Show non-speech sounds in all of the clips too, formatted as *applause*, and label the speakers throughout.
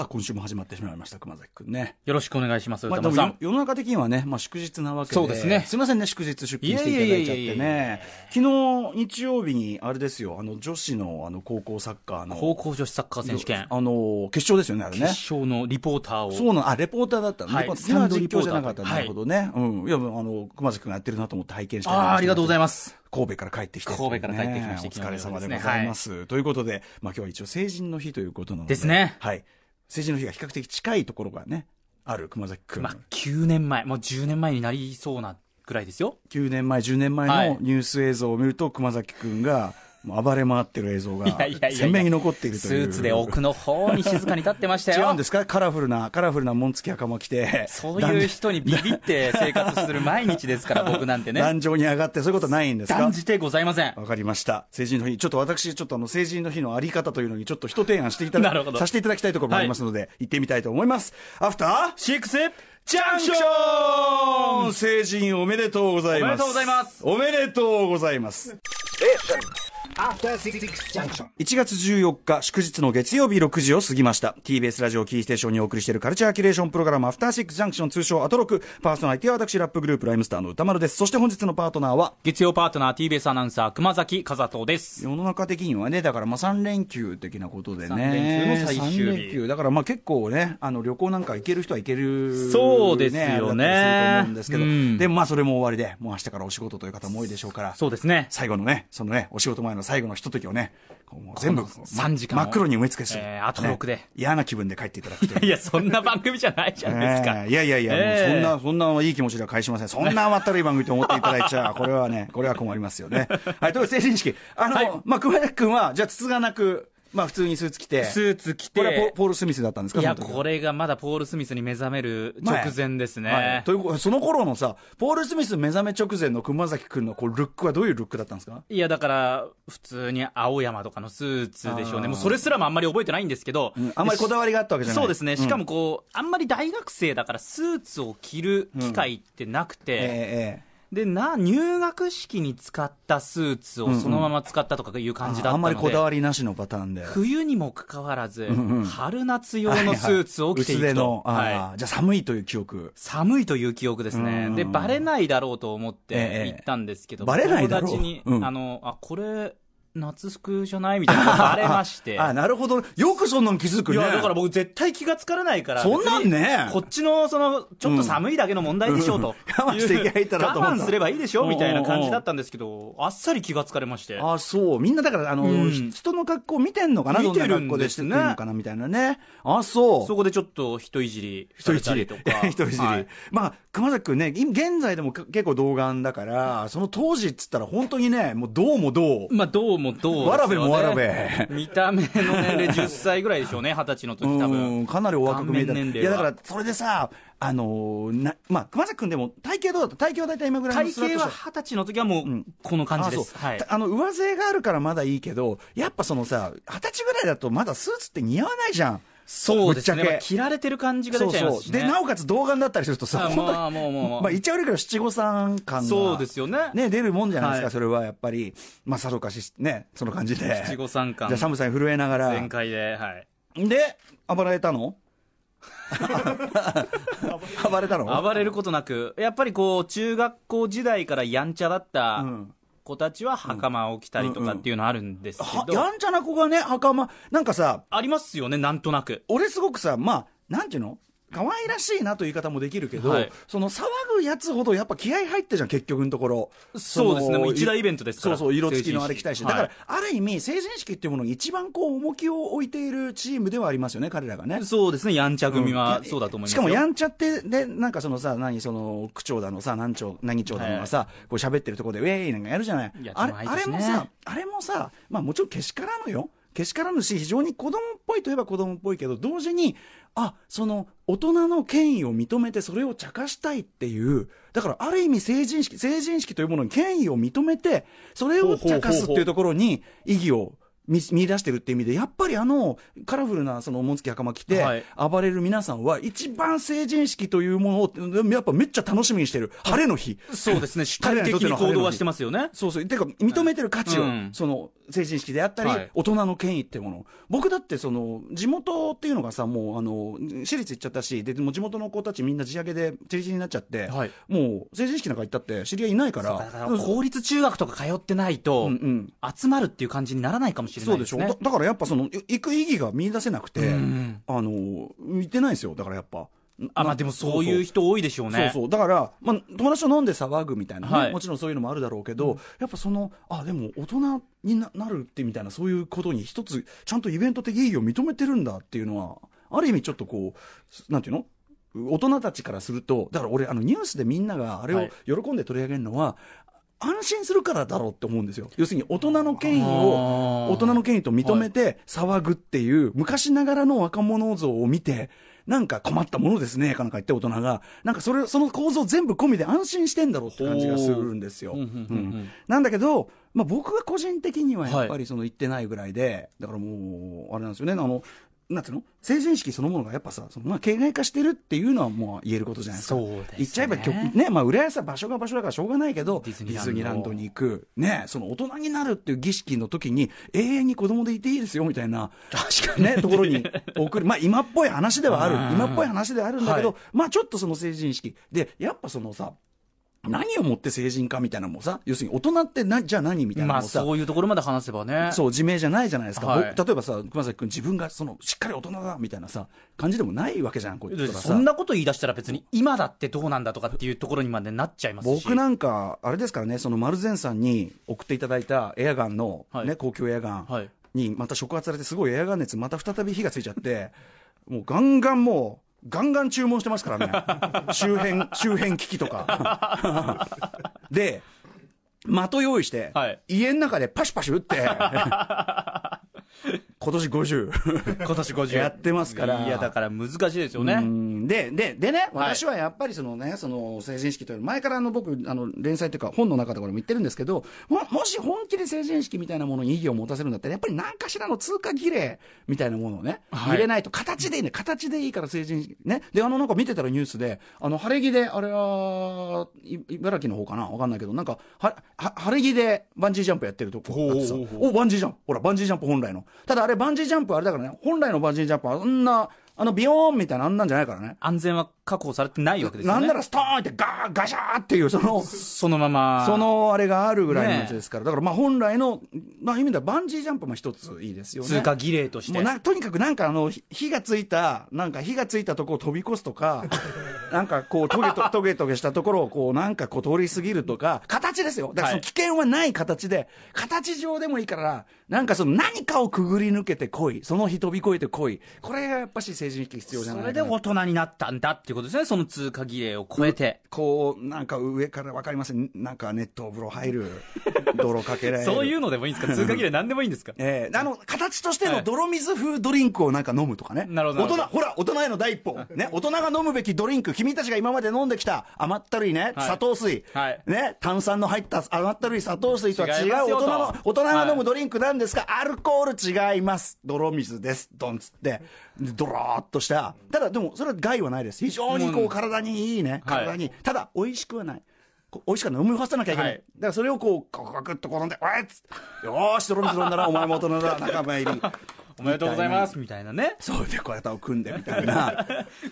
Speaker 1: あ今週も始まってしまいました熊崎くんね、
Speaker 2: よろしくお願いします、
Speaker 1: まあ、
Speaker 2: 歌
Speaker 1: で
Speaker 2: 丸
Speaker 1: も
Speaker 2: さ
Speaker 1: よ
Speaker 2: ん。
Speaker 1: 世の中的にはね、まあ、祝日なわけで
Speaker 2: そうですね
Speaker 1: すいませんね祝日出勤していただいちゃって
Speaker 2: いえいえいえい
Speaker 1: ね
Speaker 2: え
Speaker 1: 昨日日曜日にあれですよあの女子のあの高校サッカーの
Speaker 2: 高校女子サッカー選手権、
Speaker 1: あの決勝ですよねあれ
Speaker 2: 決
Speaker 1: ね
Speaker 2: 勝のリポーターを。
Speaker 1: そうなのあレポーターだったのね、
Speaker 2: はい
Speaker 1: これ
Speaker 2: スタンドリポー
Speaker 1: 実況じ
Speaker 2: ター
Speaker 1: ゃなかった、
Speaker 2: はい
Speaker 1: なるほどね、うん、いやあの熊崎君がやってるなと思って拝見して
Speaker 2: ああ、ありがとうござい
Speaker 1: ます
Speaker 2: ます。
Speaker 1: 神戸から帰ってきて、
Speaker 2: 神戸から帰ってきまして
Speaker 1: ねお疲れ様でございます、ということで、まあ、今日は一応成人の日ということなので
Speaker 2: ですね
Speaker 1: はい、成人の日が比較的近いところがねある熊崎君、
Speaker 2: まあ、9年前、もう10年前になりそうなぐらいですよ。
Speaker 1: 9年前10年前
Speaker 2: はい
Speaker 1: のニュース映像を見ると、熊崎君がもう暴れ回ってる映像が
Speaker 2: いやいやいやいや
Speaker 1: 鮮明に残っていると
Speaker 2: ス
Speaker 1: いう
Speaker 2: ーツで奥の方に静かに立ってました
Speaker 1: 違
Speaker 2: よ。
Speaker 1: うんですかカラフルなカラフルな紋付き袴着て
Speaker 2: そういう人にビビって生活する毎日ですから、僕なんてね。
Speaker 1: 壇上に上がってそういうことはないんですか
Speaker 2: 断じてございません。
Speaker 1: わかりました。成人の日、ちょっと私、ちょっとあの、成人の日のあり方というのに、ちょっと一提案していただ
Speaker 2: なるほど
Speaker 1: させていただきたいところもありますので、行ってみたいと思います。アフター、
Speaker 2: シックス
Speaker 1: ジャンクション成人おめでとうございます。
Speaker 2: おめでとうございます。
Speaker 1: おめでとうございます。
Speaker 3: After Six Junction.
Speaker 1: 1月14日祝日の月曜日6時を過ぎました TBS ラジオキーステーションにお送りしているカルチャーキュレーションプログラム「アフターシックスジャンクション」通称アトロクパーソナリティは私ラップグループライムスターの歌丸ですそして本日のパートナーは
Speaker 2: 月曜パートナー TBS アナウンサー熊崎和人です。
Speaker 1: 世の中的にはねだからまあ3連休的なことでね
Speaker 2: 三連休の最終日
Speaker 1: 三連休だからまあ結構ねあの旅行なんか行ける人は行ける
Speaker 2: そうですよね
Speaker 1: あれだったりすると思うんですけど、
Speaker 2: うん
Speaker 1: でもまあそれも終わりでもう明日からお仕事という方も多いでしょうから
Speaker 2: そうですね。
Speaker 1: 最後のね、そのね、お仕事前の最後のひとときをね、こうもう全部、
Speaker 2: この三時間を
Speaker 1: 真っ黒に埋め付けする。
Speaker 2: えーアトロクで
Speaker 1: ね嫌な気分で帰っていただくという。
Speaker 2: いや、そんな番組じゃないじゃないですか。
Speaker 1: えーいやいやいや、もう
Speaker 2: えー
Speaker 1: そんな、そんないい気持ちでは返しません。そんな甘ったるい番組と思っていただいち
Speaker 2: *laughs*
Speaker 1: ゃ、これはね、これは困りますよね。はい、ということで成人式。あの、
Speaker 2: はい
Speaker 1: まあ、熊谷君は、じゃあ、つつがなく、まあ、普通にスーツ着て。
Speaker 2: スーツ着て
Speaker 1: これはポポール・スミスだったんですか
Speaker 2: いや、
Speaker 1: その時は
Speaker 2: これがまだポール・スミスに目覚める直前です
Speaker 1: はい
Speaker 2: ね。
Speaker 1: ということでその頃のさ、ポール・スミス目覚め直前の熊崎君のこうルックはどういうルックだったんですか
Speaker 2: いや、だから、普通に青山とかのスーツでしょう
Speaker 1: あー
Speaker 2: ね。もうそれすらもあんまり覚えてないんですけど。
Speaker 1: あんまりこだわりがあったわけじゃない
Speaker 2: そうですね。
Speaker 1: ん
Speaker 2: しかもこう、あんまり大学生だからスーツを着る機会ってなく
Speaker 1: ええ
Speaker 2: て、
Speaker 1: ええ
Speaker 2: で、な、入学式に使ったスーツをそのまま使ったとかいう感じだったので、
Speaker 1: あんまりこだわりなしのパターンで。
Speaker 2: 冬にもかかわらず、
Speaker 1: んうん
Speaker 2: 春夏用のスーツを着てい
Speaker 1: *laughs* 薄手
Speaker 2: く
Speaker 1: の
Speaker 2: と。、
Speaker 1: あ
Speaker 2: はい
Speaker 1: ーじゃあ寒いという記憶。
Speaker 2: 寒いという記憶です
Speaker 1: うんうんう
Speaker 2: ね
Speaker 1: ん。
Speaker 2: で、バレないだろうと思っ
Speaker 1: ええ
Speaker 2: て行ったんですけど、
Speaker 1: バレないだろう
Speaker 2: 友達に、
Speaker 1: うん
Speaker 2: あの、あ、これ、夏服じゃないみたいなのがバレまして。
Speaker 1: *laughs* あ、なるほど。よくそんなん気づく
Speaker 2: い
Speaker 1: ね。
Speaker 2: や、だから僕絶対気がつからないから。
Speaker 1: そんなんね
Speaker 2: 別にこっちの、その、ちょっと寒いだけの問題でしょうと。
Speaker 1: 我慢していけばいいだろうと思った
Speaker 2: 我慢すればいいでしょみたいな感じだったんですけど、あっさり気がつかれまして。
Speaker 1: あ、そう。みんなだから、あの、
Speaker 2: うん
Speaker 1: ひ人の格好見てんのかな
Speaker 2: 見て
Speaker 1: ど
Speaker 2: る
Speaker 1: んな
Speaker 2: ん
Speaker 1: 格好で
Speaker 2: で
Speaker 1: して
Speaker 2: す
Speaker 1: る
Speaker 2: ね
Speaker 1: のかなみたいなね。あ、そう。
Speaker 2: そこでちょっと人いじり
Speaker 1: 人
Speaker 2: され
Speaker 1: い
Speaker 2: た
Speaker 1: じり
Speaker 2: りと
Speaker 1: *laughs*
Speaker 2: か。
Speaker 1: 人いじり
Speaker 2: はい
Speaker 1: まあ、熊崎君ね、今現在でもか結構童顔だから、その当時っつったら本当にね、もうどうもどう。
Speaker 2: まあ、どうもどうですよね
Speaker 1: わらべもわらべ
Speaker 2: 見た目の年齢10歳ぐ *laughs* らいでしょうね、二十歳の時多
Speaker 1: う
Speaker 2: 分
Speaker 1: ん。かなりお若く見えた
Speaker 2: 顔面年
Speaker 1: い
Speaker 2: 齢
Speaker 1: や
Speaker 2: は
Speaker 1: だからそれでさあのーなまあ熊崎君でも体型どうだった体型は大体今ぐらいの
Speaker 2: 体
Speaker 1: スラッとし
Speaker 2: 型
Speaker 1: た
Speaker 2: は二十歳の時はもう、この感じです。
Speaker 1: あそう
Speaker 2: はい
Speaker 1: た。あの上背があるからまだいいけどやっぱそのさ二十歳ぐらいだとまだスーツって似合わないじゃん
Speaker 2: そうです
Speaker 1: ぶ
Speaker 2: ね。
Speaker 1: っ
Speaker 2: ま
Speaker 1: ちゃ
Speaker 2: あ
Speaker 1: け
Speaker 2: 着られてる感じが
Speaker 1: そう
Speaker 2: 出ちゃいます
Speaker 1: そ
Speaker 2: し
Speaker 1: う
Speaker 2: ね。
Speaker 1: でなおかつ童顔だったりするとさ
Speaker 2: あ
Speaker 1: 本当に
Speaker 2: まあもうもうもう
Speaker 1: まあ言っちゃ悪いけど七五三感が
Speaker 2: そうですよね。
Speaker 1: ね出るもんじゃないですか、
Speaker 2: はい
Speaker 1: それはやっぱりまあさぞかしねその感じで
Speaker 2: 七五三感
Speaker 1: じゃあ寒さに震えながら
Speaker 2: 全開で、はい。
Speaker 1: で暴れた
Speaker 2: *laughs*
Speaker 1: の *laughs* 暴れたの
Speaker 2: 暴れることなく、やっぱりこう、中学校時代からやんちゃだった
Speaker 1: うん
Speaker 2: 子たちは袴を着たりとかっていうのあるんですけ
Speaker 1: は
Speaker 2: ど、
Speaker 1: やんちゃな子がね袴なんかさ
Speaker 2: ありますよね、なんとなく。
Speaker 1: 俺すごくさまあなんていうの可愛らしいなという言い方もできるけど、
Speaker 2: はい
Speaker 1: その騒ぐやつほどやっぱ気合入ってるじゃん結局のところ
Speaker 2: そうですね
Speaker 1: の
Speaker 2: もう一大イベントですから
Speaker 1: そうそう色付きのあれ着たいし、
Speaker 2: 成人
Speaker 1: だ
Speaker 2: 式
Speaker 1: からある意味成人式っていうものに一番こう重きを置いているチームではありますよね彼らがね
Speaker 2: そうですね、やんちゃ組は
Speaker 1: ん
Speaker 2: そうだと思います
Speaker 1: しか
Speaker 2: よ。
Speaker 1: もやんちゃってでなんかそのさ何その区長だのさ何長何長だのがさ、こう喋ってるところでウェイなんかやるじゃない
Speaker 2: や
Speaker 1: あれ
Speaker 2: つまい
Speaker 1: あ
Speaker 2: で
Speaker 1: れ
Speaker 2: すね
Speaker 1: もさあれもさまあもちろんけしからぬよけしからぬし非常に子供っぽいといえば子供っぽいけど同時にあその大人の権威を認めてそれを茶化したいっていうだからある意味成人式成人式というものに権威を認めてそれを茶化すっていうところに意義を見見出してるって意味でやっぱりあのカラフルなその紋付き袴着て、
Speaker 2: はい
Speaker 1: 暴れる皆さんは一番成人式というものをやっぱめっちゃ楽しみにしてる晴れの日 *laughs*
Speaker 2: そうですね、主体的に行動はしてますよね。
Speaker 1: そうそうてか認めてる価値を、
Speaker 2: うん
Speaker 1: その成人式であったり、
Speaker 2: はい
Speaker 1: 大人の権威ってもの。僕だってその、地元っていうのがさ、もうあの、私立行っちゃったし、で、でも地元の子たちみんな地上げで成人になっちゃって、
Speaker 2: はい
Speaker 1: もう成人式なんか行ったって知り合いいないか
Speaker 2: そう
Speaker 1: ら、
Speaker 2: かだから
Speaker 1: うん
Speaker 2: 公立中学とか通ってないと、
Speaker 1: うんうん
Speaker 2: 集まるっていう感じにならないかもしれな
Speaker 1: そう
Speaker 2: い
Speaker 1: で
Speaker 2: で
Speaker 1: し
Speaker 2: す
Speaker 1: ょ
Speaker 2: ね。
Speaker 1: だだからやっぱその、い行く意義が見出せなくて、
Speaker 2: うん
Speaker 1: あの、行ってないですよ。だからやっぱ。
Speaker 2: あ、ま
Speaker 1: な
Speaker 2: あでもそういう人多いでしょうね。
Speaker 1: そうそう。だから、まあ、友達と飲んで騒ぐみたいなね、
Speaker 2: はい
Speaker 1: もちろんそういうのもあるだろうけど、やっぱその、あ、でも大人にななるってみたいな、そういうことに一つ、ちゃんとイベント的意義を認めてるんだっていうのは、ある意味ちょっとこう、なんていうの大人たちからすると、だから俺、あの、ニュースでみんながあれ
Speaker 2: は
Speaker 1: を
Speaker 2: い
Speaker 1: 喜んで取り上げるのは、安心するからだろうって思うんですよ。要するに大人の権威を、
Speaker 2: あー
Speaker 1: 大人の権威と認めて騒ぐっていう、昔ながらの若者像を見て、なんか困ったものですね、かなんか言って大人が。なんかそれ、その構造全部込みで安心してんだろうって感じがするんですよ。
Speaker 2: ほううんうんうんうん
Speaker 1: うんなんだけど、まあ僕が個人的にはやっぱ
Speaker 2: は
Speaker 1: りその行ってないぐらいで、だからもう、あれなんですよね、あの、なんていうの成人式そのものがやっぱさ、そのまあ、形骸化してるっていうのはもう言えることじゃないですか。
Speaker 2: そうですね
Speaker 1: 言っちゃえば曲、ね、まあ、浦安は場所が場所だからしょうがないけど、
Speaker 2: デ
Speaker 1: デ
Speaker 2: ィ
Speaker 1: ィ
Speaker 2: ズ
Speaker 1: ズ
Speaker 2: ニ
Speaker 1: ニ
Speaker 2: ーラン
Speaker 1: ー
Speaker 2: ド
Speaker 1: ランドに行く、ね、その大人になるっていう儀式の時に、永遠に子供でいていいですよ、みたいな、確かにね、ところに送る。まあ、今っぽい話ではある。今っぽい話ではあるんだけど、
Speaker 2: は
Speaker 1: まあ、ちょっとその成人式。で、やっぱそのさ、何をもって成人かみたいなのもさ、要するに大人ってな、じゃあ何みたいな
Speaker 2: ま
Speaker 1: の
Speaker 2: あ
Speaker 1: もさ、
Speaker 2: そういうところまで話せばね。
Speaker 1: そう、自明じゃないじゃないですか。
Speaker 2: はい
Speaker 1: 僕例えばさ、熊崎君自分がその、しっかり大人だ、みたいなさ、感じでもないわけじゃん、こうい
Speaker 2: だ
Speaker 1: う
Speaker 2: って
Speaker 1: 人が
Speaker 2: そ
Speaker 1: さ
Speaker 2: ん。なこと言い出したら別に今だってどうなんだとかっていうところにまでなっちゃいますし。
Speaker 1: 僕なんか、あれですからね、その丸善さんに送っていただいたエアガンの、
Speaker 2: はい
Speaker 1: ね、高級エアガン
Speaker 2: はい
Speaker 1: に、また触発されて、すごいエアガン熱、また再び火がついちゃって、もうガンガンもう、ガンガン注文してますから
Speaker 2: *laughs*
Speaker 1: ね。周辺、周辺機器とか。で、的用意して、
Speaker 2: はい
Speaker 1: 家の中でパシパシ打って、
Speaker 2: *laughs*
Speaker 1: 今年50。
Speaker 2: 今年50
Speaker 1: やってますから
Speaker 2: いや、だから難しいですよ
Speaker 1: う
Speaker 2: ね。
Speaker 1: んで、で、でね、私はやっぱりそのね、その成人式というの前からあの僕、あの、連載というか本の中とかでも言ってるんですけど、も、もし本気で成人式みたいなものに意義を持たせるんだったら、やっぱり何かしらの通過儀礼みたいなものをね、
Speaker 2: はい
Speaker 1: 入れないと、形でいいね、形でいいから成人式、ね。で、あの、なんか見てたらニュースで、あの、晴れ着で、あれは、い茨城の方かなわかんないけど、なんか、は、は晴れ着でバンジージャンプやってるとこあってさ
Speaker 2: ほうほうほう
Speaker 1: お、バンジージャンプ。ほら、バンジージャンプ本来の。ただあれ、バンジージャンプあれだからね、本来のバンジージャンプはあんな、あの、ビヨーンみたいなあんなんじゃないからね。
Speaker 2: 安全は確保されてないわけですよ
Speaker 1: な
Speaker 2: ね。
Speaker 1: んならストーンってガーガシャーっていう、そ
Speaker 2: *laughs*
Speaker 1: の、
Speaker 2: そのまま。
Speaker 1: そのあれがあるぐらいのやつですから。だからまあ本来の、まあ意味ではバンジージャンプも一ついいですよね。
Speaker 2: 通過儀礼として。
Speaker 1: もうなとにかくなんかあのひ火がついたなんか火がついたとこを飛び越すとか *laughs* なんかこうト
Speaker 2: *laughs*
Speaker 1: ゲトトゲトゲしたところをこうなんかこう通り過ぎるとか形ですよだからそ
Speaker 2: は
Speaker 1: の
Speaker 2: い
Speaker 1: 危険はない形で、形上でもいいからなんかその何かをくぐり抜けてこいその日飛び越えてこいこれがやっぱし成人式必要じゃない
Speaker 2: そ
Speaker 1: か
Speaker 2: れ
Speaker 1: な
Speaker 2: で大人になったんだっていうことですね。その通過儀礼を超えて。
Speaker 1: こうなんか上からわかりませんなんか熱湯風呂入る泥かけられる
Speaker 2: *laughs* そういうのでもいいんですか通過儀礼なんでもいいんですか
Speaker 1: ええあの、形として
Speaker 2: は
Speaker 1: の
Speaker 2: い
Speaker 1: 泥水風ドリンクをなんか飲むとかね。
Speaker 2: なるほど
Speaker 1: 大人
Speaker 2: なる、
Speaker 1: ほら、大人への第一
Speaker 2: *laughs*
Speaker 1: 歩。ね、大人が飲むべきドリンク、君たちが今まで飲んできた甘ったるいね、
Speaker 2: はい
Speaker 1: 砂糖水。
Speaker 2: はい
Speaker 1: ね、炭酸の入った甘ったるい砂糖水とは違
Speaker 2: 違います
Speaker 1: う大
Speaker 2: よと
Speaker 1: 人の、大人が飲
Speaker 2: は
Speaker 1: むドリンクなんですが、アルコール違います。泥水です。ドンつって、でドローっとした。ただ、でも、それは害はないです。非常にこ
Speaker 2: うん
Speaker 1: う、体にいいね。
Speaker 2: はい
Speaker 1: 体に。ただ、美味しくはない。こ美味しくはない。飲み干さなきゃいけない。
Speaker 2: はい
Speaker 1: だからそれをこう、ガクガクっと転んで、おいっつってよーし、泥水飲んだな、お前も大人だ、仲間入り。
Speaker 2: おめでとうございます。みたいなね。
Speaker 1: そうで、こうやったを組んでみたい
Speaker 2: *laughs*
Speaker 1: な。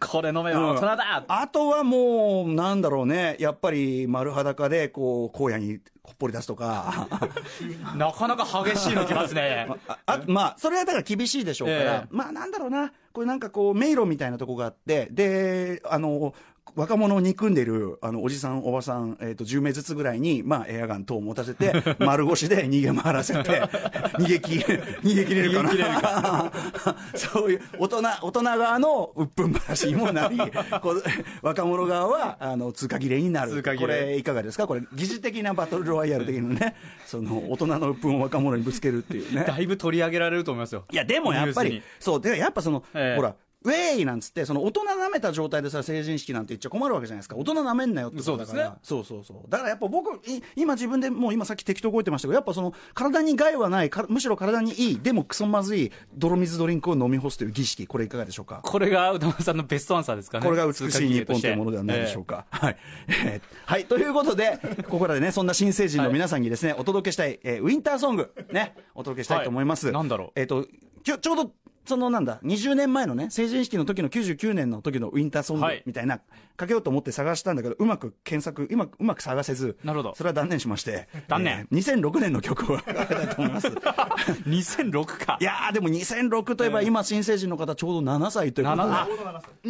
Speaker 2: これ飲め
Speaker 1: う
Speaker 2: ば
Speaker 1: ん
Speaker 2: 大人だ
Speaker 1: あとはもう、なんだろうね、やっぱり丸裸で、こう、荒野にほっぽり出すとか。
Speaker 2: なかなか激しいのきま
Speaker 1: *laughs*
Speaker 2: すね。
Speaker 1: ああまあ、それはだから厳しいでしょうから、
Speaker 2: ええ
Speaker 1: まあなんだろうな、これなんかこう、迷路みたいなとこがあって、で、あの、若者を憎んでる、あの、おじさん、おばさん、えっ、と、10名ずつぐらいに、まあ、エアガン等を持たせ
Speaker 2: *laughs*
Speaker 1: て、丸腰で逃げ回らせて、逃げき、逃げ切れるかな。
Speaker 2: 逃げ切れる
Speaker 1: *laughs* そういう、大人、大人側の鬱憤話にもなり、こう若者側は、あの、通過儀礼になる。
Speaker 2: 通過儀礼
Speaker 1: これ、いかがですかこれ、疑似的なバトルロワイヤル的なね、その、大人の鬱憤を若者にぶつけるっていうね。
Speaker 2: だいぶ取り上げられると思いますよ。
Speaker 1: いや、でもやっぱ
Speaker 2: ニュー
Speaker 1: り
Speaker 2: スに、
Speaker 1: そう、で、やっぱその、
Speaker 2: ええ
Speaker 1: ほら、ウェーイなんつって、その大人舐めた状態でさ、成人式なんて言っちゃ困るわけじゃないですか。大人舐めんなよってことだから。
Speaker 2: そうです
Speaker 1: そ
Speaker 2: ね
Speaker 1: うそうそう。だからやっぱ僕、い今自分でもう今さっき適当動いてましたけど、やっぱその、体に害はない、かむしろ体にいい、でもクソまずい、泥水ドリンクを飲み干すという儀式、これいかがでしょうか
Speaker 2: これが歌丸さんのベストアンサーですかね。
Speaker 1: これが美しい日本というものではないでしょう
Speaker 2: か。
Speaker 1: か。はい。えーはい。ということで、ここらでね、そんな新成人の皆さんにですね、お届けしたい、えーウィンターソング、ね、お届けしたいと思います。
Speaker 2: はいなんだろう
Speaker 1: えっ、と、きょちょうど、そのなんだ、20年前のね、成人式の時の99年の時のウィンターソング
Speaker 2: はい
Speaker 1: みたいな、かけようと思って探したんだけど、うまく検索、今、うまく探せず、
Speaker 2: なるほど
Speaker 1: それは断念しまして、
Speaker 2: 断念
Speaker 1: えー2006年の曲を *laughs* かけたいと思います。
Speaker 2: *laughs* 2006か。
Speaker 1: いやー、でも2006といえば、今、新成人の方、ちょうど7歳ということで、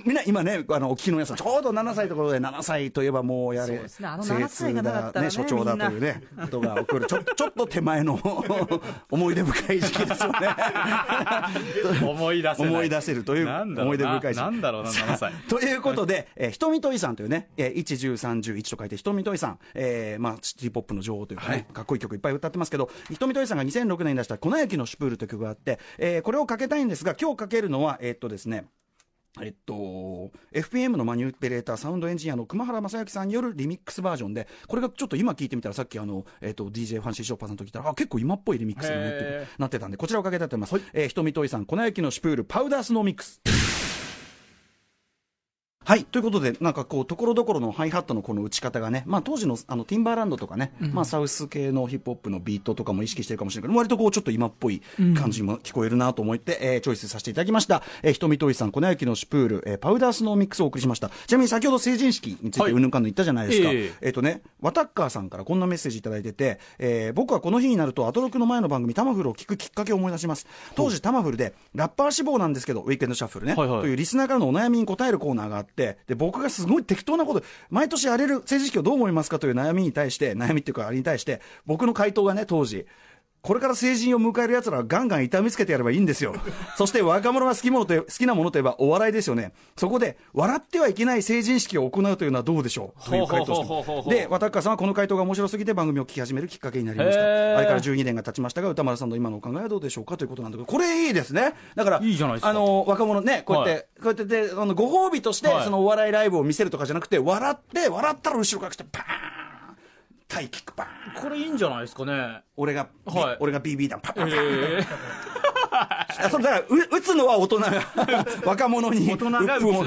Speaker 2: 7
Speaker 1: みんな、今ね、あの、お聞きの皆さん、ちょうど7歳ということで、7歳といえばもうやれ、
Speaker 2: そうですねあの7歳がなかったらね
Speaker 1: 精通だ所長だというね、ことが起こる、ちょちょっと手前の *laughs* 思い出深い時期
Speaker 2: *laughs*
Speaker 1: ですよね。
Speaker 2: 思い出せない
Speaker 1: 思い出せるという、
Speaker 2: なんだろ
Speaker 1: 思
Speaker 2: うな
Speaker 1: い出深い時期
Speaker 2: なんだろうな7歳。
Speaker 1: *laughs* ということで、えー、ひとみといさんというね、えー、1、10、31と書いて、ひとみといさん、えー、まあ、シティポップの女王というかね、かっこいい曲いっぱい歌ってますけど、ひとみといさんが2006年に出した、粉雪のシュプールという曲があって、えー、これをかけたいんですが、今日かけるのは、えーっとですね、えっと、FPM のマニュペレーター、サウンドエンジニアの熊原正幸さんによるリミックスバージョンで、これがちょっと今聞いてみたら、さっきあの、えっと、DJ ファンシーショッパーさんと聞いたら、あ、結構今っぽいリミックスだねっていう
Speaker 2: へ
Speaker 1: なってたんで、こちらをかけたいと思います。えー、ひとみといさん、粉雪のシュプール、パウダースノーミックス。はい。ということで、なんかこう、ところどころのハイハットのこの打ち方がね、まあ当時の、あの、ティンバーランドとかね、まあサウス系のヒップホップのビートとかも意識してるかもしれないけど、割とこう、ちょっと今っぽい感じも聞こえるなと思って、えーチョイスさせていただきました。えー、ひとみといさん、粉雪のシュプール、えーパウダースノーミックスをお送りしました。ちなみに先ほど成人式につい
Speaker 2: は
Speaker 1: て
Speaker 2: いう
Speaker 1: ぬんかんぬん言ったじゃないですか。
Speaker 2: ええ
Speaker 1: えっ、とね、ワタッカーさんからこんなメッセージいただいてて、えー僕はこの日になるとアトロクの前の番組タマフルを聞くきっかけを思い出します。当時タマフルで、ラッパー志望なんですけど、ウィークエンドシャッフルね、
Speaker 2: はいはい
Speaker 1: というリスナーからのお悩みに答えるコーナーがあって、で、僕がすごい適当なこと、毎年やれる政治式をどう思いますかという悩みに対して、悩みっていうかあれに対して、僕の回答がね、当時、これから成人を迎える奴らはガンガン痛みつけてやればいいん
Speaker 2: *laughs*
Speaker 1: ですよ。そして若者が好きものといえ好きなものといえばお笑いですよね。そこで、笑ってはいけない成人式を行うというのはどうでしょうという回答
Speaker 2: ほうほうほうほう
Speaker 1: を
Speaker 2: ほう
Speaker 1: で、渡川さんはこの回答が面白すぎて番組を聞き始めるきっかけになりました。
Speaker 2: へー
Speaker 1: あれから12年が経ちましたが、歌丸さんの今のお考えはどうでしょうかということなんだけど、これいいですね。だから、
Speaker 2: いいじゃないですか
Speaker 1: あの、若者ね、こうやって、
Speaker 2: はい
Speaker 1: こうやってで、あの、ご褒美として、
Speaker 2: はい
Speaker 1: そのお笑いライブを見せるとかじゃなくて、笑って、笑ったら後ろから来て、パーンタイキックパーン
Speaker 2: これいいんじゃないですかね。
Speaker 1: 俺が、
Speaker 2: はい
Speaker 1: 俺が BB 弾、パッパッパーン
Speaker 2: え
Speaker 1: *laughs* あそれだからう打つのは大人が
Speaker 2: *laughs*
Speaker 1: 若者に
Speaker 2: 大人が打つ
Speaker 1: 鬱憤を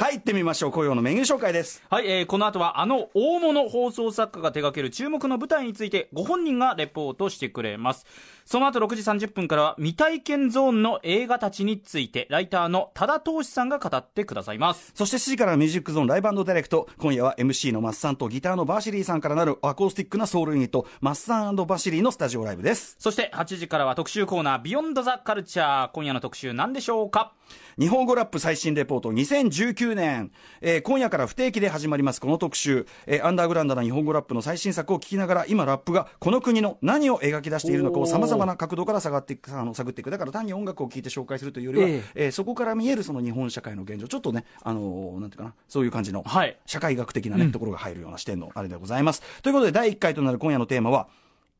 Speaker 1: 入ってみましょう今夜のメニュー紹介です
Speaker 2: はい、えーこの後はあの大物放送作家が手掛ける注目の舞台についてご本人がレポートしてくれます。その後6時30分からは未体験ゾーンの映画たちについてライターの多田投資さんが語ってくださいます。
Speaker 1: そして7時からのミュージックゾーンライブディレクト。今夜は MC のマッサンとギターのバーシリーさんからなるアコースティックなソウルユニット、マッサンバシリーのスタジオライブです。
Speaker 2: そして8時からは特集コーナービヨンドザカルチャー。今夜の特集何でしょうか
Speaker 1: 日本語ラップ最新レポート2019年。えー今夜から不定期で始まりますこの特集。えーアンダーグラウンドな日本語ラップの最新作を聞きながら、今ラップがこの国の何を描き出しているのかを
Speaker 2: おー
Speaker 1: 様々な角度から探っていく、あの、探っていく。だから単に音楽を聴いて紹介するというよりは、え
Speaker 2: え
Speaker 1: ーそこから見えるその日本社会の現状。ちょっとね、あのーなんていうかな、そういう感じの。
Speaker 2: はい
Speaker 1: 社会学的なね、ところが入るような視点のあれでございます。ということで、第1回となる今夜のテーマは、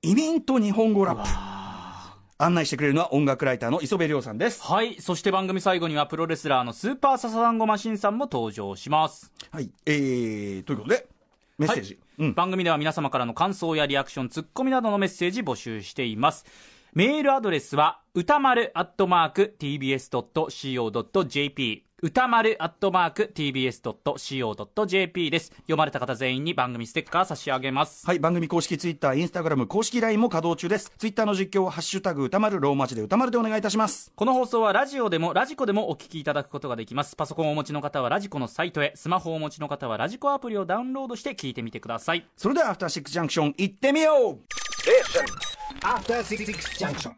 Speaker 1: 移民と日本語ラップ。案内してくれるのは音楽ライターの磯部亮さんです。
Speaker 2: はい。そして番組最後にはプロレスラーのスーパーササダンゴマシンさんも登場します。
Speaker 1: はい。えー、ということで、メッセージ。
Speaker 2: はい番組では皆様からの感想やリアクションツッコミなどのメッセージ募集していますメールアドレスは歌丸アットマーク tbs.co.jp 歌丸アットマーク tbs.co.jp です読まれた方全員に番組ステッカー差し上げます
Speaker 1: はい、番組公式ツイッター、インスタグラム、公式 LINE も稼働中です。ツイッターの実況は、ハッシュタグ歌丸、ローマ字で歌丸でお願いいたします。
Speaker 2: この放送はラジオでもラジコでもお聞きいただくことができますパソコンをお持ちの方はラジコのサイトへスマホをお持ちの方はラジコアプリをダウンロードして聞いてみてください
Speaker 1: それでは、アフターシックスジャンクション、行ってみよう
Speaker 3: After Six Junction.